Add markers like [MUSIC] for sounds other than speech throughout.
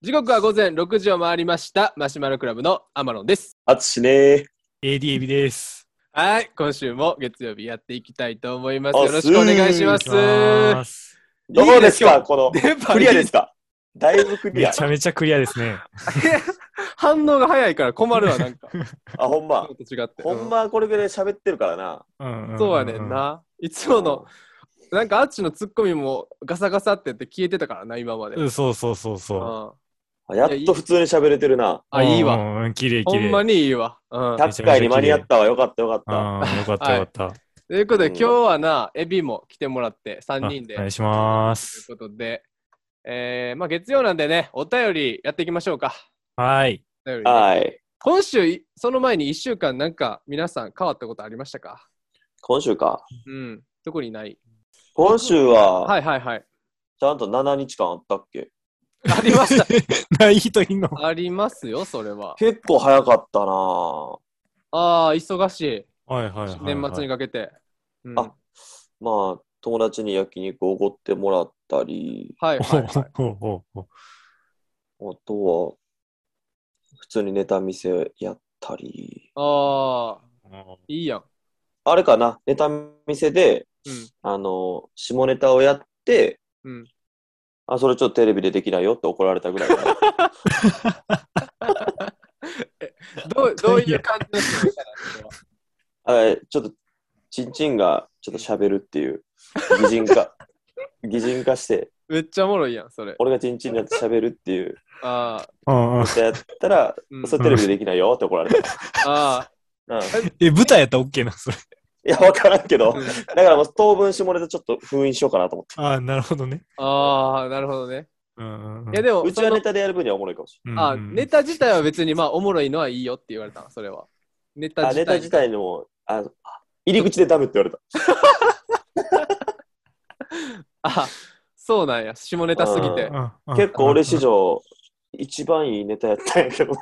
時刻は午前6時を回りました。マシュマロクラブのアマロンです。あつしね AD エビです。はい、今週も月曜日やっていきたいと思います。あよろしくお願いします。お願いしますどうですいいかねこの、電波クリアですかかだいぶクリめア。ちゃめちゃクリアです [LAUGHS] ね。反応が早いから困るわ、なんか。 [LAUGHS] あ、ほんま。ちょっと違って。ほんまこれぐらい喋ってるからな。うんうん。そうやねん。な。いつもの、なんかあっちのツッコミもガサガサってやって消えてたからな、今まで。うんそうそうそうそう。ああやっと普通に喋れてるな。あ、いいわ。わ。綺麗ほ綺んま麗。にいいわ。うん。めち100ゃめちゃ綺麗回に間に合ったわ。よかったよかっあた。あー、よかったよかっということで、うん今日はな、エビも来てもらって、た。 3あ人で。お願いします。ということで、えー、まあ月曜なんでね、お便りやっていきましょうか。はい。お便りねはい。今週い、その前に1週間、なんか皆さん変わったことありましたか今週か。うん。特にない。今週はは、いはいはい。ちゃんと7日間あったっけありま [LAUGHS] した。 [LAUGHS] ない人いんの。ありますよ、それは。結構早かったなああ、忙しい。はいはいはい。年末にかけて。うんあまあ、友達に焼肉おごってもらったり、はいおはい、はい。おおおおあとは、普通にネタ見せやったり。ああ、いいやん。あれかなネタ見せで、あの、下ネタをやって、うん。うん。あ、それちょっとテレビでできないよって怒られたぐらいかなど [LAUGHS] うどういう感じの人でしたかそれはあちょっと、ちんちんがちょっと喋るっていう、擬人化。擬人化して、めっちゃおもろいやん、それ。俺がちんちんになって喋るっていう、ああ、うんうんネタやったら、うん、それテレビでできないよって怒られた。あうん、いえ、舞台やったら OK なんそれ。や、わからんけあ、ど、うんだからもう当分下ネタちょっと封印しようかなと思って。ああ、なるほどね。ああ、なるほどね。うんうんうん。いや、でも、うちはネタでやる分にはおもろいかもしうんうん、あ、ネタ自体は別にまあおもろいのはいいよって言われたのそれは。ネれタない。あ、自ネタ体自体にも、あ入り口でダメって言われた。あ、そうなんや。下ネタすぎてう。うん結構俺史。うん上、一番いいネタやったんやけどな。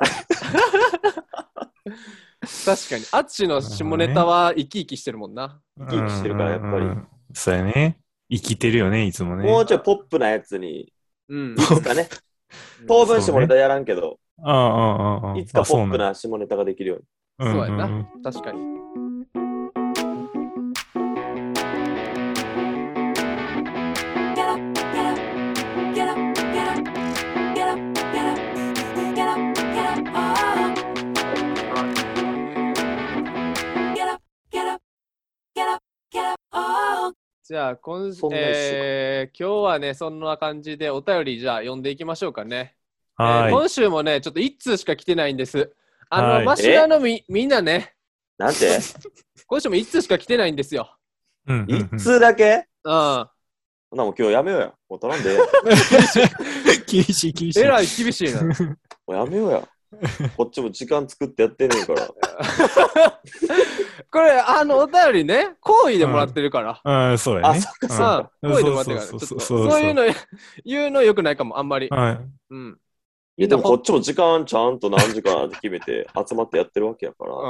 確かに。あっちの下ネタは生き生きしてるもんな。うん生き生きしてるからやっぱりうんうんうんそうやね。生きてるよね、いつもね。もうちょいポップなやつに、うんい。つ [LAUGHS] かね、当分下ネタやらんけど、ああ、ああ、ああ。いつかあそポうップんな下ネタができるように。んそうやんんな。確かに。 Get up, get up, get up, get up, get up, get up, get up, get up, oh. Get up, get up, get up, get up, oh. じゃあ、今そんな一週間えー、今日はね、そんな感じでお便りじゃあ読んでいきましょうかね。はえーい。今週もね、ちょっと1通しか来てないんです。あの、はいマシュラのみみんなね、なん [LAUGHS] て今週も1通しか来てないんですよ。うんうんうん一通だけうん。ほなもう今日やめようや。もう頼んでええやん。厳しい、厳しい。えらい厳しい [LAUGHS] な。もうやめよう [LAUGHS] や。こっちも時間作ってやってんねんから。これ、あの、お便りね、好意でもらってるから。うん、そうやあ、ね。そっかそっさか。あ、声でもらってるから、ちょっそうとそそうそううそうそういうの言うのよくないかも、あんまり。はい。うん。いやでもこっちも時間ちゃんと何時からって決めて集まってやってるわけやから。うん。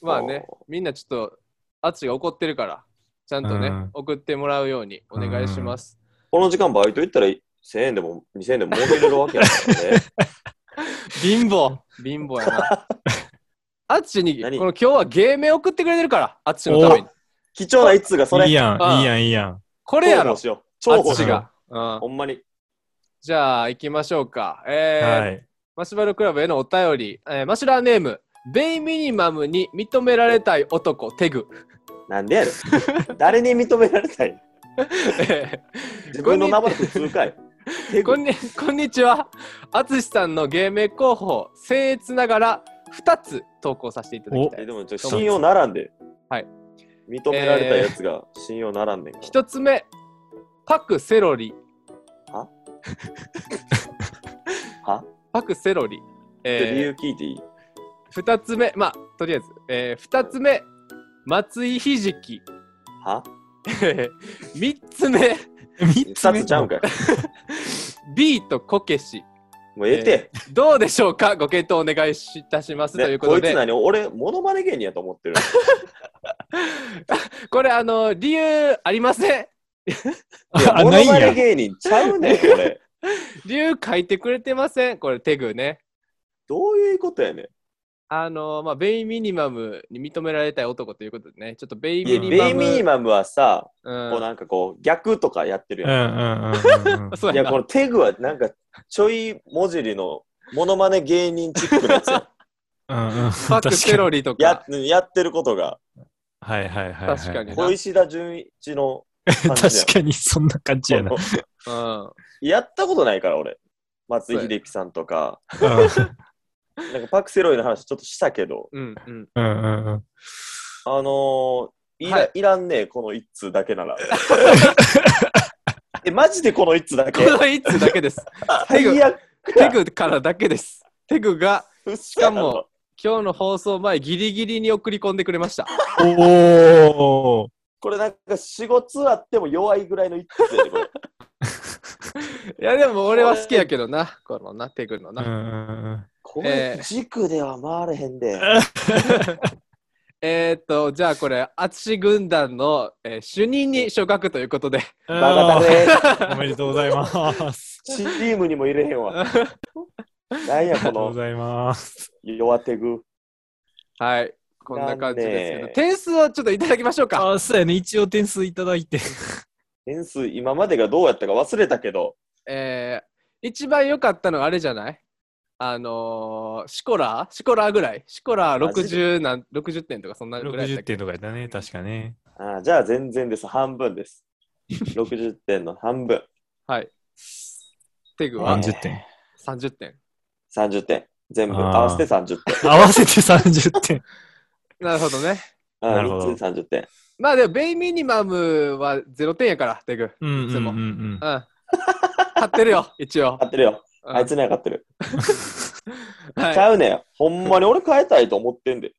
まあね、みんなちょっと、あっちが怒ってるから、ちゃんとね、うん送ってもらうようにお願いします。この時間バイト行ったら1000円でも2000円でも儲けれるわけやか [LAUGHS] らね。貧乏。貧乏や [LAUGHS] な。あっちに、この何今日は芸名送ってくれてるから、あっちのために。貴重な一通がそれ。いいやあん、いいやん、いいやん。これ重や宝ろ、しよう。重あっ宝ちしよが。うんう。ほんまに。じゃあ、行きましょうか。えーはい。マシュマロクラブへのお便り、えーマシュラーネーム、ベイミニマムに認められたい男、テグ。なんでやる誰に認められたい自分の名前普通かい。手こ口んにこんにちは。あつしさんの芸名候補、僭越ながら2つ投稿させていただきたえいで。もちょっと信用ならんで。はい。認められたやつが信用ならんねんから。 1つ目、パクセロリ。 [LAUGHS] はパクセロリ。ちょっと理由え聞いていいー、2つ目、まあ、とりあえず、え2つ目、松井ひじき。 [LAUGHS] は3つ目、三二つちゃうんかい。ビートこけし。もうええて。どうでしょうかご検討お願いいたします、といねうことこいつで、何俺、モノマネ芸人やと思ってる。これ、あの、理由ありません。いやあモノマないんやネ芸人ちゃうねん、これ。竜書いてくれてませんこれテグね。どういうことやねん。あのまあ、ベイミニマムに認められたい男ということでね、ちょっとベイいミやニマベイム。ミニマムはさ、うんこうなんかこう逆とかやってるうんうやん。んうんうん。そういやや、なこのテグはなんかちょい文字りのモノマネ芸人チックなやつやんうんうん。パックセロリとやか。やってることがはいはいはいはい。確かに小石田純一の感じやん。 [LAUGHS] 確かにそんな感じやな。こうん、うやったことないから俺。松井秀喜さんとか、なんかパクセロイの話ちょっとしたけど、うん、うん。うんうんうんうん。あのーいらはいいらんねえ、この一通だけな [LAUGHS] ら。え、マジでこの一通だこけの一通だけです。 [LAUGHS] 最後最悪テグからだけです。テグがしかも、今日の放送前ギリギリに送り込んでくれました。おーこれなんか仕事あっても弱いぐらいの一通やで、こ [LAUGHS] れ。いやでも俺は好きやけどな、このな、テグのうな。んうんうん。こえれー、軸では回れへんで。えー、っと、じゃあこれ、淳軍団の、えー主任に昇格ということで。バカだね。おめでとうございます。チームにも入れへんわ。なんや、ありこがとうご [LAUGHS] のざいます。弱手具。はい、こんな感じですけなんど、で点数をちょっといただきましょうか。あ、そうやね。一応点数いただいて。点数、今までがどうやったか忘れたけど、えー、一番良かったのはあれじゃないあのー、シコラーシコラーぐらいシコラーマジ60なん60点とかそんなぐらいだ60っけ点とかやったね。確かね。あーじゃあ全然です。半分 [LAUGHS] です。60点の半分。はいテグはあ30点。 30点30点。全部合あーわせて30点。合わせて30点。なるほどねあなるほど3つで30点。まあでもベイミニマムは0点やからテグうんういんつうんもううんん。勝ってる [LAUGHS] よ一応合ってるよ。うんあいつには勝ってる。ちはいゃうねん。ほんまに俺変えたいと思ってんで。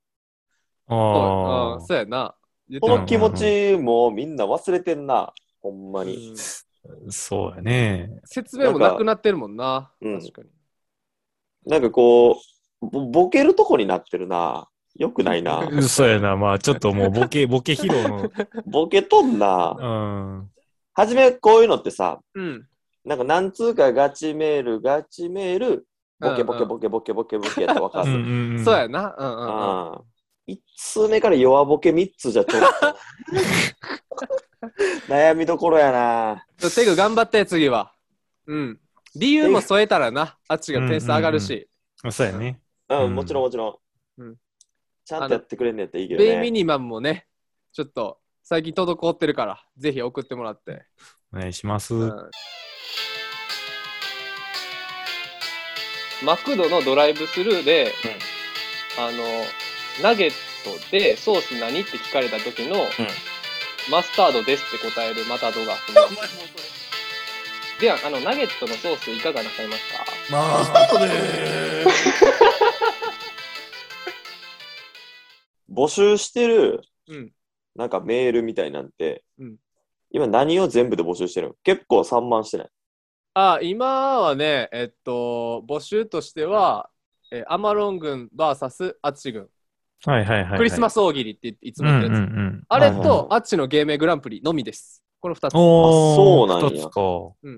そうあうんそうやな言ってこもの気持ちもうみんな忘れてんな。ほんまに。うんあ、そうやね。説明もなくなってるもんななんかうん確かになんかこう、ぼボケるとこになってるな。よくない [LAUGHS] な。そうやな。まあ、ちょっともうボケ、ボケ疲労ボケとんな。の。うん。はじめこういうのってさ、うんなんか何通かガチメール、ガチメール、ボケボケボケボケボケボケって分か [LAUGHS] うんる。うんうん。そうやなうんうんうんああ1通目から弱ボケ3つじゃちょっ [LAUGHS] と悩みどころやな。ちょテグ頑張って次は。うん。理由も添えたらな、あっちが点数上がるし。そうやね。うん、うんもちろんもちろん。うんちゃんとやってくれんねやったらいいけどベイミね。ニマムもね、ちょっと最近滞ってるから、ぜひ送ってもらって。お願いします。ううんんマクドのドライブスルーで、あの、ナゲットでソース何って聞かれた時の、マスタードですって答えるマタドが。では、あの、ナゲットのソースいかがなさいますか募集してるうん、なんかメールみたいなんて、うん今何を全部で募集してるの結構散漫してない。あ今はね、えっと、募集としては、えーアマロン軍 VS アッチ軍、はいはいはいはい。クリスマス。ス大喜利っていいつうんもうやっんてるうやつ。ん。あれはいはいはいとアッチの芸名グランプリのみです。この2つ。あそおー。うなんや一つか。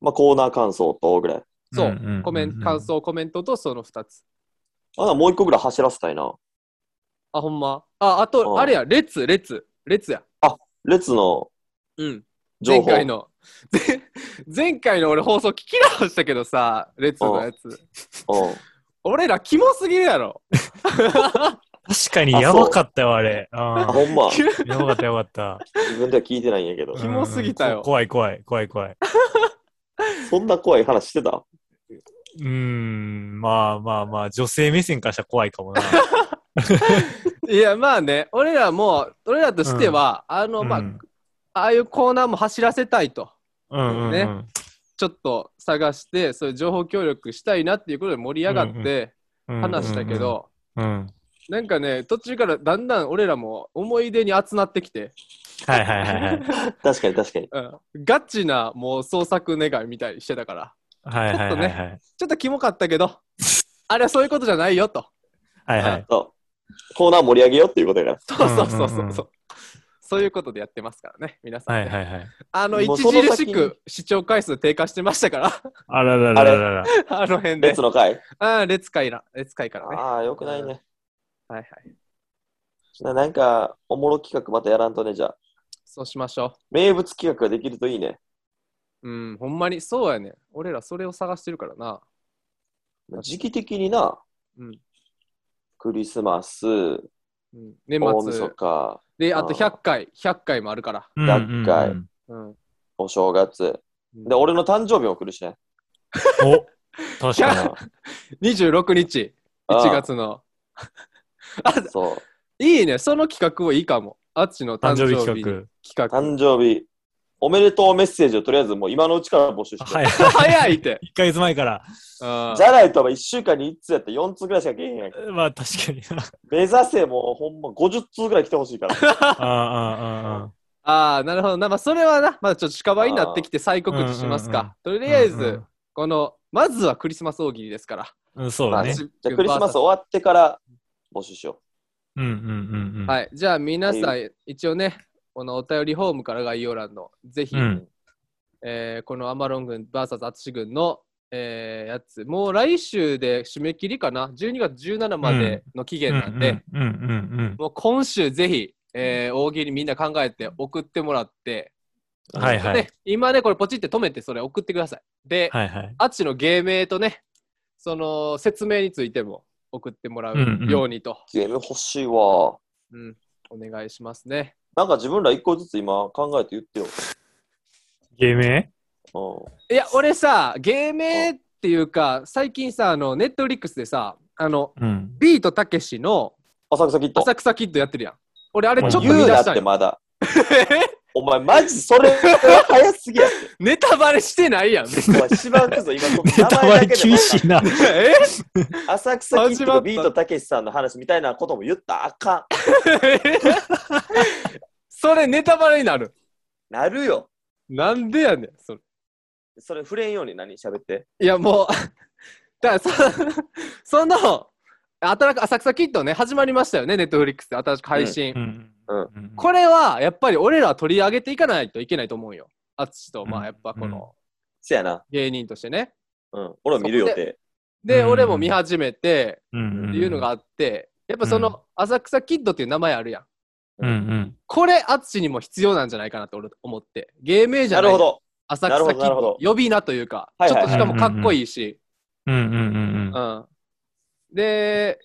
まあコーナー感想とぐらい。そう、うんうんうんうんコメン感想、コメントとその2つ。あもう一個ぐらい走らせたいな。あ、ほんま。あ、あと、ああれや、列、列、列や。列のうん。情前報。回の。 [LAUGHS] 前前回の俺放送聞き直したけどさ、列のやつ。うん俺らキモすぎるやろ。確かにやばかったよ、あれ。ああ、ほんま。ーやばかったやばかっ自分では聞いてないんやけど [LAUGHS] た。。キモすぎたようんうんこ怖い怖い怖い怖い。そんな怖い話してたうーん、まあまあまあ、女性目線からしたら怖いかもな。いや、まあね、俺らも、俺らとしては、あの、 [LAUGHS] まあ、うんああいうコーナーも走らせたいと、うんうんうん。ねちょっと探して、そういう情報協力したいなっていうことで盛り上がってうんうんうん話したけど、うん。なんかね、途中からだんだん俺らも思い出に集まってきて、はいはいはいはい。確かに確かに。うん、ガチなもう創作願いみたいにしてたから、はいはいはいはい。ちょっとキモかったけど、 [LAUGHS] あれはそういうことじゃないよと。はいはい。そうコーナー盛り上げようっていうことやから。そうそうそうそう。うんうんうんそうそういうことでやってますからね、皆さんはね、いはいはい。あの、もうその著先しにく視聴回数低下してましたから、 [LAUGHS] あらららららら。あの辺で別。の回ああ、列会ら、列会からね。はああ、よくないね。いはい。ななんか、おもろ企画またやらんとね、じゃあ。そうしましょ名物企画ができるといいね。う。うん、ほんまに、そうやね。俺らそれを探してるからな。時期的にな、うん。クリスマス、うん、年大末晦。日、で、あーあと100回、100回もあるから。うんうん学会うんうん。お正月。で、俺の誕生日も来るしね。お確か [LAUGHS] に。 1 26日、1。月の。あ、そう。いいね。その企画もいいかも。あっちの誕誕生日生日企企画。画。誕生日、おめでとうメッセージをとりあえずもう今のうちから募集して。は [LAUGHS] い。早い [LAUGHS] って。 1ヶ月前から。あじゃないと、1週間に1通やったら4通ぐらいしか来えへんやんけ。まあ確 [LAUGHS] かに。目指せもうほんま50通ぐらい来てほしいから。あああー、なるほどな。まあ、それはな、まだちょっと近場になってきて再告知しますか。とああ。りあえず、うんうんこの、まずはクリスマス大喜利ですから。うん、そうまあねじ。ゃあクリスマス終わってから募集しようんうんうんうん。はい、じゃあ皆さん、は一応ね、このお便りフォームから概要欄の、ぜひ、うんえーこのアマロン軍 VS 淳軍の、えーやつ、もう来週で締め切りかな、12月17までの期限なんで、うんうんうんもう今週ぜひ、えー大喜利みんな考えて送ってもらって、うん。はいはいで。今ね、これポチって止めて、それ送ってください。で、はいはい。あっちの芸名とね、その説明についても送ってもらうようにと、う。ゲーム欲しいわ。うんお願いしますね。なんか自分ら1個ずつ今考えて言ってよ。芸名ういや、俺さ、芸名っていうか、最近さ、あの、ネットフリックスでさ、あの、うん。ビートたけしのん。浅草キット。浅草キッドやってるやん。俺、あれもうちょっと言見う出なっしたんてよ。まだ。お前マジそれ早 [LAUGHS] すぎやって。 [LAUGHS] ネタバレしてないやん。 [LAUGHS] お前芝生くぞ今こネの名タ前バだけレでも厳しい [LAUGHS] な。え浅草キットとビートたけしさんの話みたいなことも言ったらあかん。それネタバレになる。なるよ。なんでやねん。それそれ触れんように何喋って。いや、もう、 [LAUGHS] だからその、 [LAUGHS] その、新く浅草キッドね、始まりましたよね、ネットフリックスで新しく配信。うんうんこれは、やっぱり俺らは取り上げていかないといけないと思うよ。淳と、まうあ、んやっぱこの、せやな。芸人としてね。うん。俺も見る予定。で、うん俺も見始めてれっっていうのが。あって、やっぱその浅草キッドっていう名前あるやん。うんうん。これ、あっちにも必要なんじゃないかなと俺思って。芸名じゃななるいほど。浅草キなッるほどなるドほ。呼び名というか、はいちょはいっはいとしかもかっこいいし。うんうんうんうんで、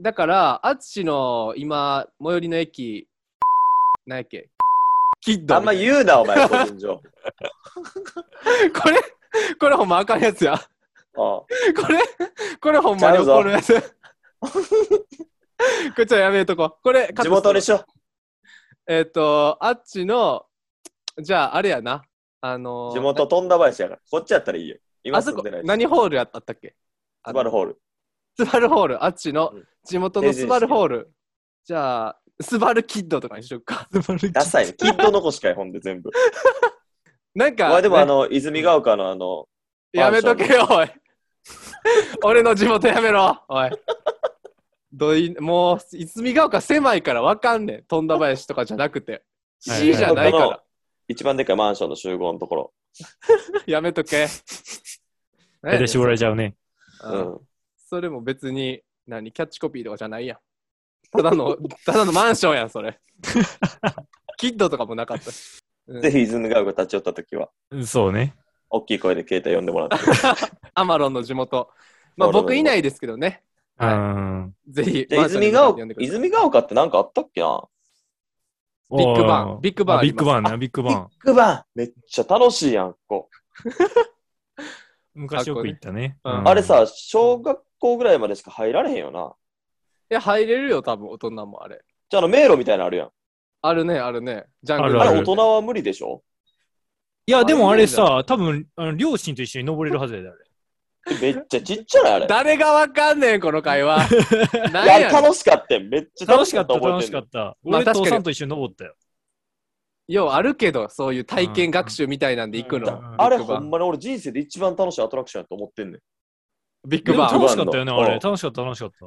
だから、あっちの今、最寄りの駅、何やっけキッド。あんまう。言うな、お前、個 [LAUGHS] 人情これ、これほんまあかんやつや。報。う [LAUGHS] んこれ、これほんまに怒るやつ。 [LAUGHS] これちょっとやめとこう。これ、地元にしよえっ、と、あっちの、じゃあ、あれやな。あのう。ー、地元飛んだ林やから。こっちやったらいいよ。あ今そ住んこでない、し。何ホールやったっけスバルホール。スバルホール、あっちのうん、地元のスバルホール。じゃあ、スバルキッドとかにしよっか。ダサいね。キッド残しかい、ほんで全部。なんおか、前でもねあの、泉ヶ丘のあの、やめとけよ、おい。俺の地元やめろ、おい。どいもう、泉ヶ丘狭いからわかんねん。富田林とかじゃなくて。はい C じゃないかこらの。一番でかいマンションの集合のところ。やめと [LAUGHS] け。大体絞られちゃうね。ううんん。それも別に、何、キャッチコピーとかじゃないやん。ただの、 [LAUGHS] ただのマンションやん、そ [LAUGHS] れ。キッドとかもなかったし。うんぜひ泉ヶ丘立ち寄ったときは、そうね。大きい声で携帯呼んでもらって。 [LAUGHS] アマロンの地元。まあなるほど僕いないですけどね。はいうんぜひ、じゃあマンションに呼んで、くだ泉ヶ丘さい泉ヶ丘って何かあったっけなビッグバンおービッグバンあありビますッグバンな、ビッグ [LAUGHS] バン。クバンめっちゃ楽しいやん、ここ。昔よく行ったね。あこれうんあれ、さ、小学校ぐらいまでしか入られへんよな。いや、入れるよ、多分、大人もあれ。じゃあ、あの、迷路みたいなのあるやん。あるね、あるね。ジャングルああるれ、大人は無理でしょいや、でもあれさ、多分、あの両親と一緒に登れるはずやで、あれ。めっちゃちっちゃないあれ。誰がわかんねん、この会 [LAUGHS] 話。何いやあれやねん楽しかったよめっちゃ楽楽ししかかっったた、覚楽えてしんのかった。まあ俺とお確かさにんと一緒に登ったよ。ようあるけど、そういう体験学習みたいなんで行くたの。あれビッグバほンんまに俺人生で一番楽しいアトラクションやと思ってんねん。ビッでグもバン。バン楽しかったよね、うんあれ。楽しかった、楽しかった。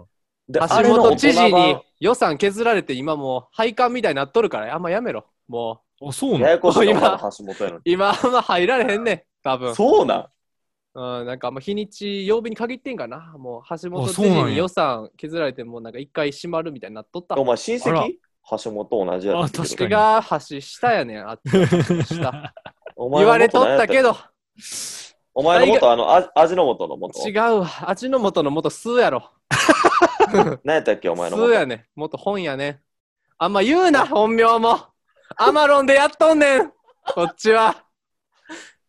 であ橋れの本大知事人に版予算削られて今もう配管みたいになっとるからあんまやめろもあ、そうやなやこしい今な橋本やのう今あんま入られへんねん多分に。そうなんうん、なんかあんま日にち曜日に限ってんかなもう橋本あ知そうなんや事に予算削られてもうなんか一回閉まるみたいになっとったお前親あら戚橋本同じやつ。あ確手が橋下やねんあっち下お前言のわれ元と何やったけどお前の元、あの、あ味の素の元。違うわ味の素の元素やろ何やったっけ、お前の素元。やねん元本やねんあんま言うな本名もアマロンでやっとんねんこっちは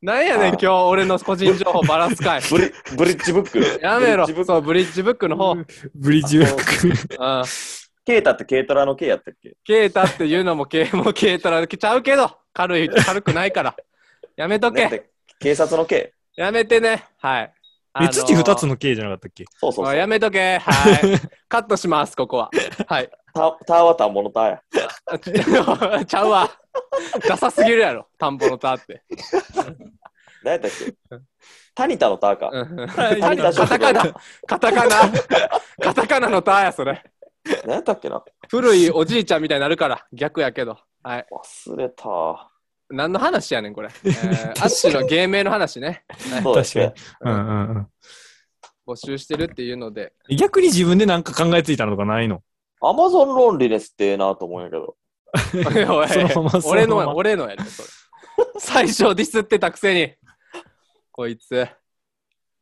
なんやねんあ今日俺の個人情報ばらすかいブリブリッジブッ [LAUGHS] ク。やめろブリッジブックそうブリッジブックの [LAUGHS] 方、うん、ブリッジブック。ケータって軽トラのケーやったっけケータっていうのもケー [LAUGHS] もケータラちゃうけど軽い軽くないからやめと何やったけっけ警察のケやめてねはい [LAUGHS] え、土二つのの K じゃなかったっけそうそうそう。やめとけはいカットしますここははいタタワタモノタや。あち [LAUGHS] ちゃうわダサすぎるやろ田んぼの田って何やったっけ [LAUGHS] タニタのタか。うんタニタカタカナカタカナ [LAUGHS] カタカナの田やそれ何やったっけな古いおじいちゃんみたいになるから逆やけどはい忘れ [LAUGHS] た。何の話やねんこれ、え [LAUGHS] ー、アッシュの芸名の話ねそうですね。うんうんうん。募集してるっていうの [LAUGHS] で逆に自分でなんか考えついたのとかないのアマゾンロンリネスってええなと思うんやけど。おいおいそのまま俺そのままの俺のやでそれ最初ディスってたくせにこいつ、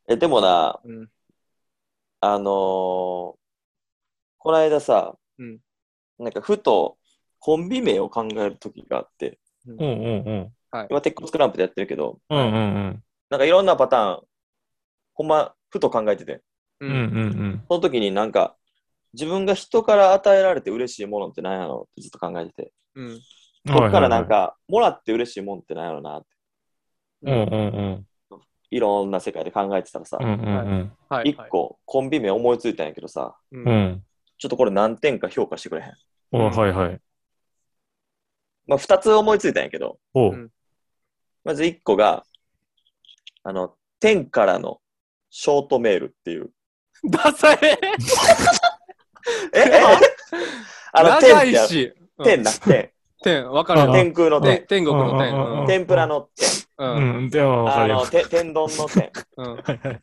え、でもな、うん、あのー、この間さ、うんなんかふとコンビ名を考える時があって、うんうんうん。今、鉄骨クランプでやってるけど、うんうんなんかいろんなパターン、ほんま、ふと考えてて、ううん。うんうんうん。その時になんか、自分が人から与えられて嬉しいものって何やろうってずっと考えてて、うんそっからなんはか、もらって嬉しいもんって何やろうなって、いはいはい。うんうんうん。いろんな世界で考えてたらさう、んうんはい一個コンビ名思いついたんやけどさ、うんうん。うん。ちょっとこれ何点か評価してくれへん。おはいはい。まあ、二つ思いついたんやけど、おうんう。まず1個が、あの、天からのショートメールっていう。ダサいえ、え、あの、天長っていやる、しうん天な、天。天わかるあよ天空の天天。天国のうんうんう天ん天ぷらの天。うんうんうん。ではわかあるの、よ。て天丼の天。うんはいはい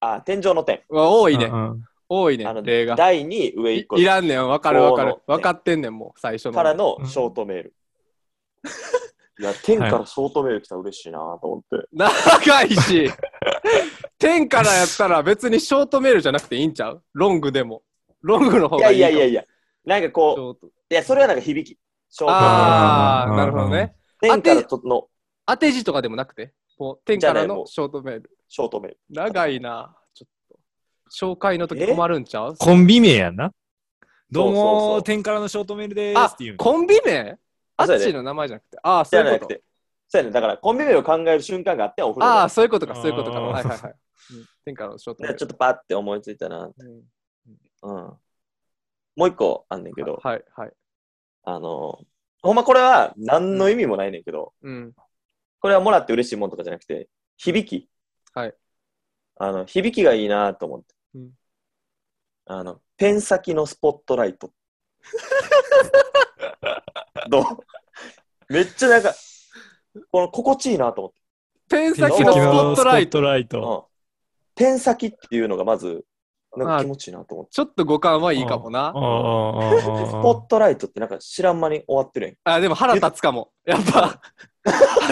あ、天井の天。うわ多いねうんうん多いねあの、例が第2位上1個いいらんねんわかるわか王るのわかってんねんもう最初からののショートメール。いや、天からショートメール来たら嬉しいなと思って。長いし天からやったら別にショートメールじゃなくていいんちゃうロングでもロングの方いがやいいかいやいもやいや、なんかシこョートう、いや、それはなんか響き。ショーあうあんなるほどねトメール。天からとの当て字とかでもなくてもう天からのショートメールショートメール。長いなちょっと紹介の時困るんちゃうコンビ名やんそな。うどそううそうもー、天からのショートメールでーすあっていう。コンビ名ああっそうやでちの名前じゃなくてああじそうゃいなうこくとて。そうやねんだから、コンビ名を考える瞬間があって、お風呂でああそういうことかそういうことかあーはいはいはいうん天からのショートメーねルちょっとパって思いついたな。うんうん。もう一個あんねんけど、はいはいあの、ほんまこれは何の意味もないねんけど、うんこれはもらって嬉しいもんとかじゃなくて、響き。はい。あの、響きがいいなと思って。うんあの、ペン先のスポットライ [LAUGHS] ト。どうめっちゃなんか、この心地いいなと思って。ペン先のスポットライトトライうト。ん。ペン先っていうのがまず、なんか気持ちいいなと思って。ちょっと五感はいいかもなああああでスああポットライトってなんか知らん間に終わってるやん。あでも腹立つかもやっ [LAUGHS] ぱ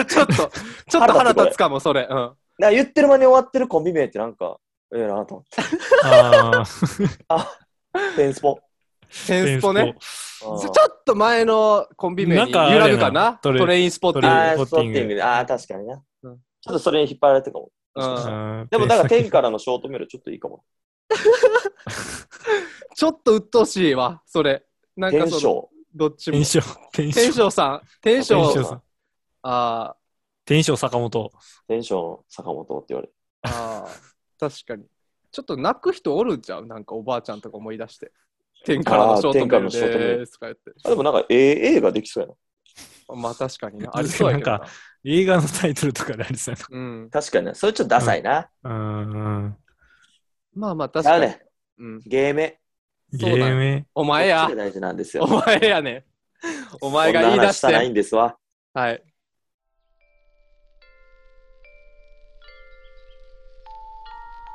ちょっとちょっと腹立つかもそれうんなんか言ってる間に終わってるコンビ名ってなんか、ええなと思って。ああペンスポ。ペンスポねあーちょっと前のコンビ名に揺らぐかななんかあトれやなトレレインスポッティングあー、ポッティングスポッティングで。ああ、確かにな。うんちょっとそれに引っ張られてるかも。うんうんでもなんか天からのショートメールちょっといいかも。ちょっと鬱陶しいわそれなん天かその章。どっちも天正天天正翔さん天翔翔天さんあ天正坂本天章の坂本って言われる。ーあー確かにちょっと泣く人おるんちゃうなんかおばあちゃんとか思い出して天からのショートメールあー天からのショートメーでルーすとか言ってあでもなんかええ映画できそうやな。まあ確かになありそうやけどななん映画のタイトルとかでありそうやうん確かにな。それちょっとダサいな。なうんうんまあまあ確だかよにね。うんゲーム。そうだ芸名お前やこっちが大事なんですおよ。前やねんお前が言い出しそんな話したないてんですわ。はい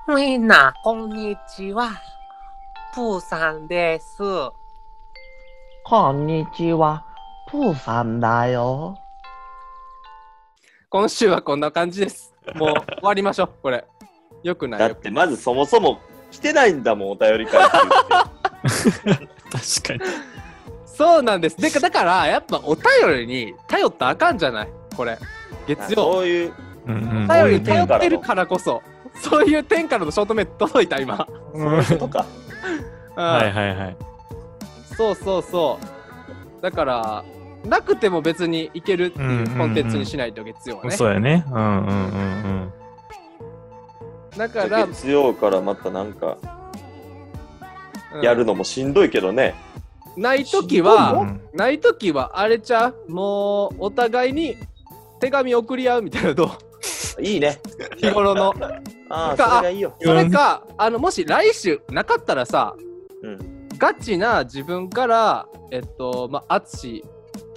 みんな、こんにちは。プーさんです。こんにちは、プーさんだよ。今週はこんな感じですもう終わりましょうこれよくないだってまずそもそも来てないんだもん、お便り会って言って。確かに。そうなんですでかだからやっぱお便りに頼ったらあかんじゃないこれ月 [LAUGHS] 曜そういう、うんうんお便りにに頼頼っってるてるからこそそういう天からのショートメール届いた今、そういうことか。うんはいはいはい。そうそうそうだからなくても別にいけるっていうコンテンツにしないと月曜はね、そうやね。うんうんうんだじかゃらあ月曜からまたなんかうんやるのもしんどいけどね。ない時うはん。ない時はあれちゃうもうお互いに手紙送り合うみたいなのどういいね。 [LAUGHS] 日頃のあなあ、んかそれがいいよ。それかあのもし来週なかったらさ、うんガチな自分からえっとまあ淳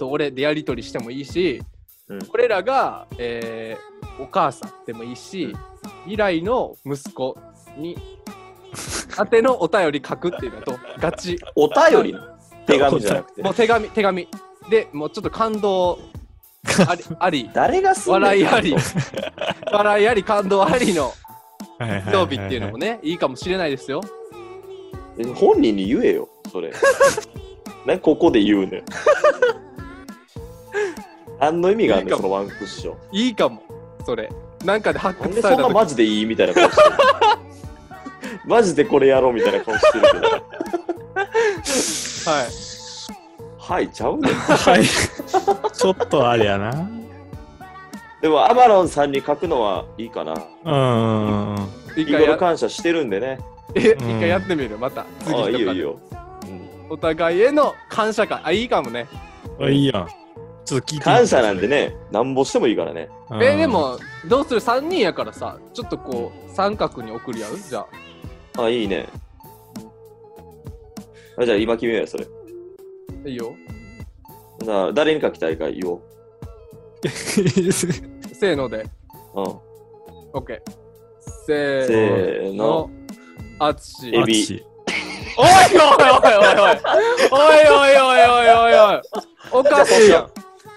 と俺でやり取りしてもいいし、うん俺らが、えーお母さんでもいいし未来の息子 [LAUGHS] に宛てのお便り書くっていうのとガチお便りの手紙じゃなくても。う手紙手紙でもうちょっと感動あ [LAUGHS] りあり誰がすんねん笑いあり笑いあり感動ありのはいはいはいはい曜日っていうのもねいいかもしれないですよえ本人に言えよ、そ [LAUGHS] れ。ね、ここで言うねん。何の意味があるいいのかそのワンクッション。いいかもそれなんかで発なん掘でさそれたんな時マジでいいみたいな顔してるマジでこれやろうみたいな顔してるけど。 [LAUGHS] はいはい、ちゃうねん。はい。 [LAUGHS] ちょっとあれやな。でも、アマロンさんに書くのはいいかな。うんうんうん。一日回頃や感謝してるんでね。えうん一回やってみるまた次ああ、いいとよかいいでよ。うんお互いへの感謝会あいいかもねあいいやん。ちょっと聞いてみて感謝なんで。ね、なんぼしてもいいからね。それえで。 [LAUGHS] もどうする3人やからさちょっとこう三角に送り合うじゃあああ、いいね。あじゃあ、今決めようよ、それ。いいよじゃあ、誰に書きたいか言おう。せーのでうん。 OK せせーーのの。あつしえエビ。おいおいおいおいおいおいおいおいおいおいおいおかしいやん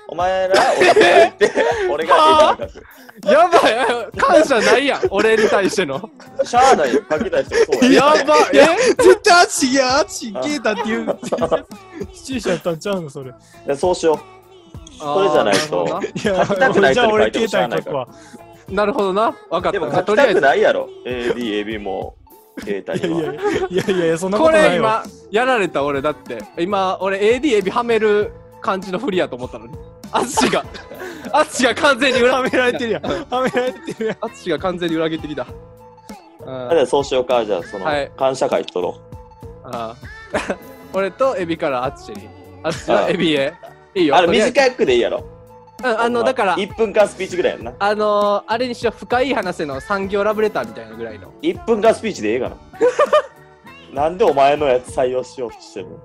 お前ら、俺が [LAUGHS] 言って、俺がエビに書やばいやばい感謝ないやん俺に対してのく。シャーない書きたい人もそうややね。ばいえ絶対アチいやアチゲータって言う。視聴者やったんちゃうのそれ。いいやそうしよそれじゃないとあーや書きたくない人に書いてもじゃあ俺携帯書くわ。なるほどな分かっう。でたも書きとりあたえくずないやろ。AB、エビも、携い帯やいにやは。いやいやいやそんなこことなれいわ。今やられた俺だって今俺 AD エビはめる感じのフリやと思ったのにあつしがあつしが完全に裏はめられてるやん。うんはめられてる [LAUGHS] やん。あつしが完全に裏切ってきたうんあじゃあ、そうしようか。じゃあ、そのはい、感謝会取ろあー俺とエビからあつしにあつしあはエー。ビへいいうよあれ、とりあえず短くでいいやろ。うん、あのだから、 1分間スピーチぐらいやんな。あのー、あれにしよう、深い話の産業ラブレターみたいなぐらいの。 1分間スピーチでええか [LAUGHS] な。なんでお前のやつ採用しようとしてるの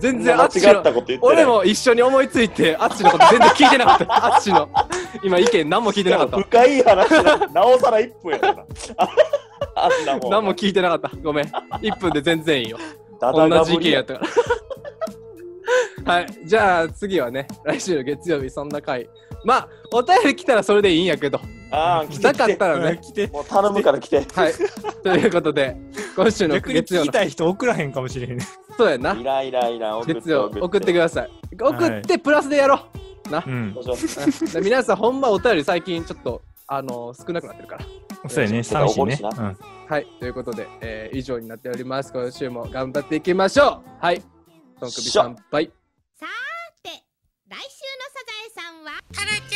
全然間あっ違ちのっ。たこと言ってない。俺も一緒に思いついて、あっちのこと全然聞いてなか [LAUGHS] った。あっちの。今意見何も聞いてなかっ深い話だなおさら1分や [LAUGHS] からな。あんなもた。ん。何も聞いてなかった。ごめん。1分で全然いいよ。た同だがじ意ぶ見りややったから。 [LAUGHS] はい。じゃあ次はね、来週の月曜日そんな回。まあ、お便り来たらそれでいいんやけど、ああ、来てなか来。ってたらね。来て。もう頼むから来て。 [LAUGHS] はい。ということで、今週の逆に月聞曜きの。たい人送らへんかもしれへんね。そうやなイ。ライライラ、送って月曜送ってください。送ってプラスでやろう。うん。そうしでよ皆さんほんまお便り最近ちょっとあの少なくなってるからそうやね。寂しいね。うん。はいということで、えー以上になっております今週も頑張っていきましょうはいとんくびしょ乾杯って来週のサザエさんはタラち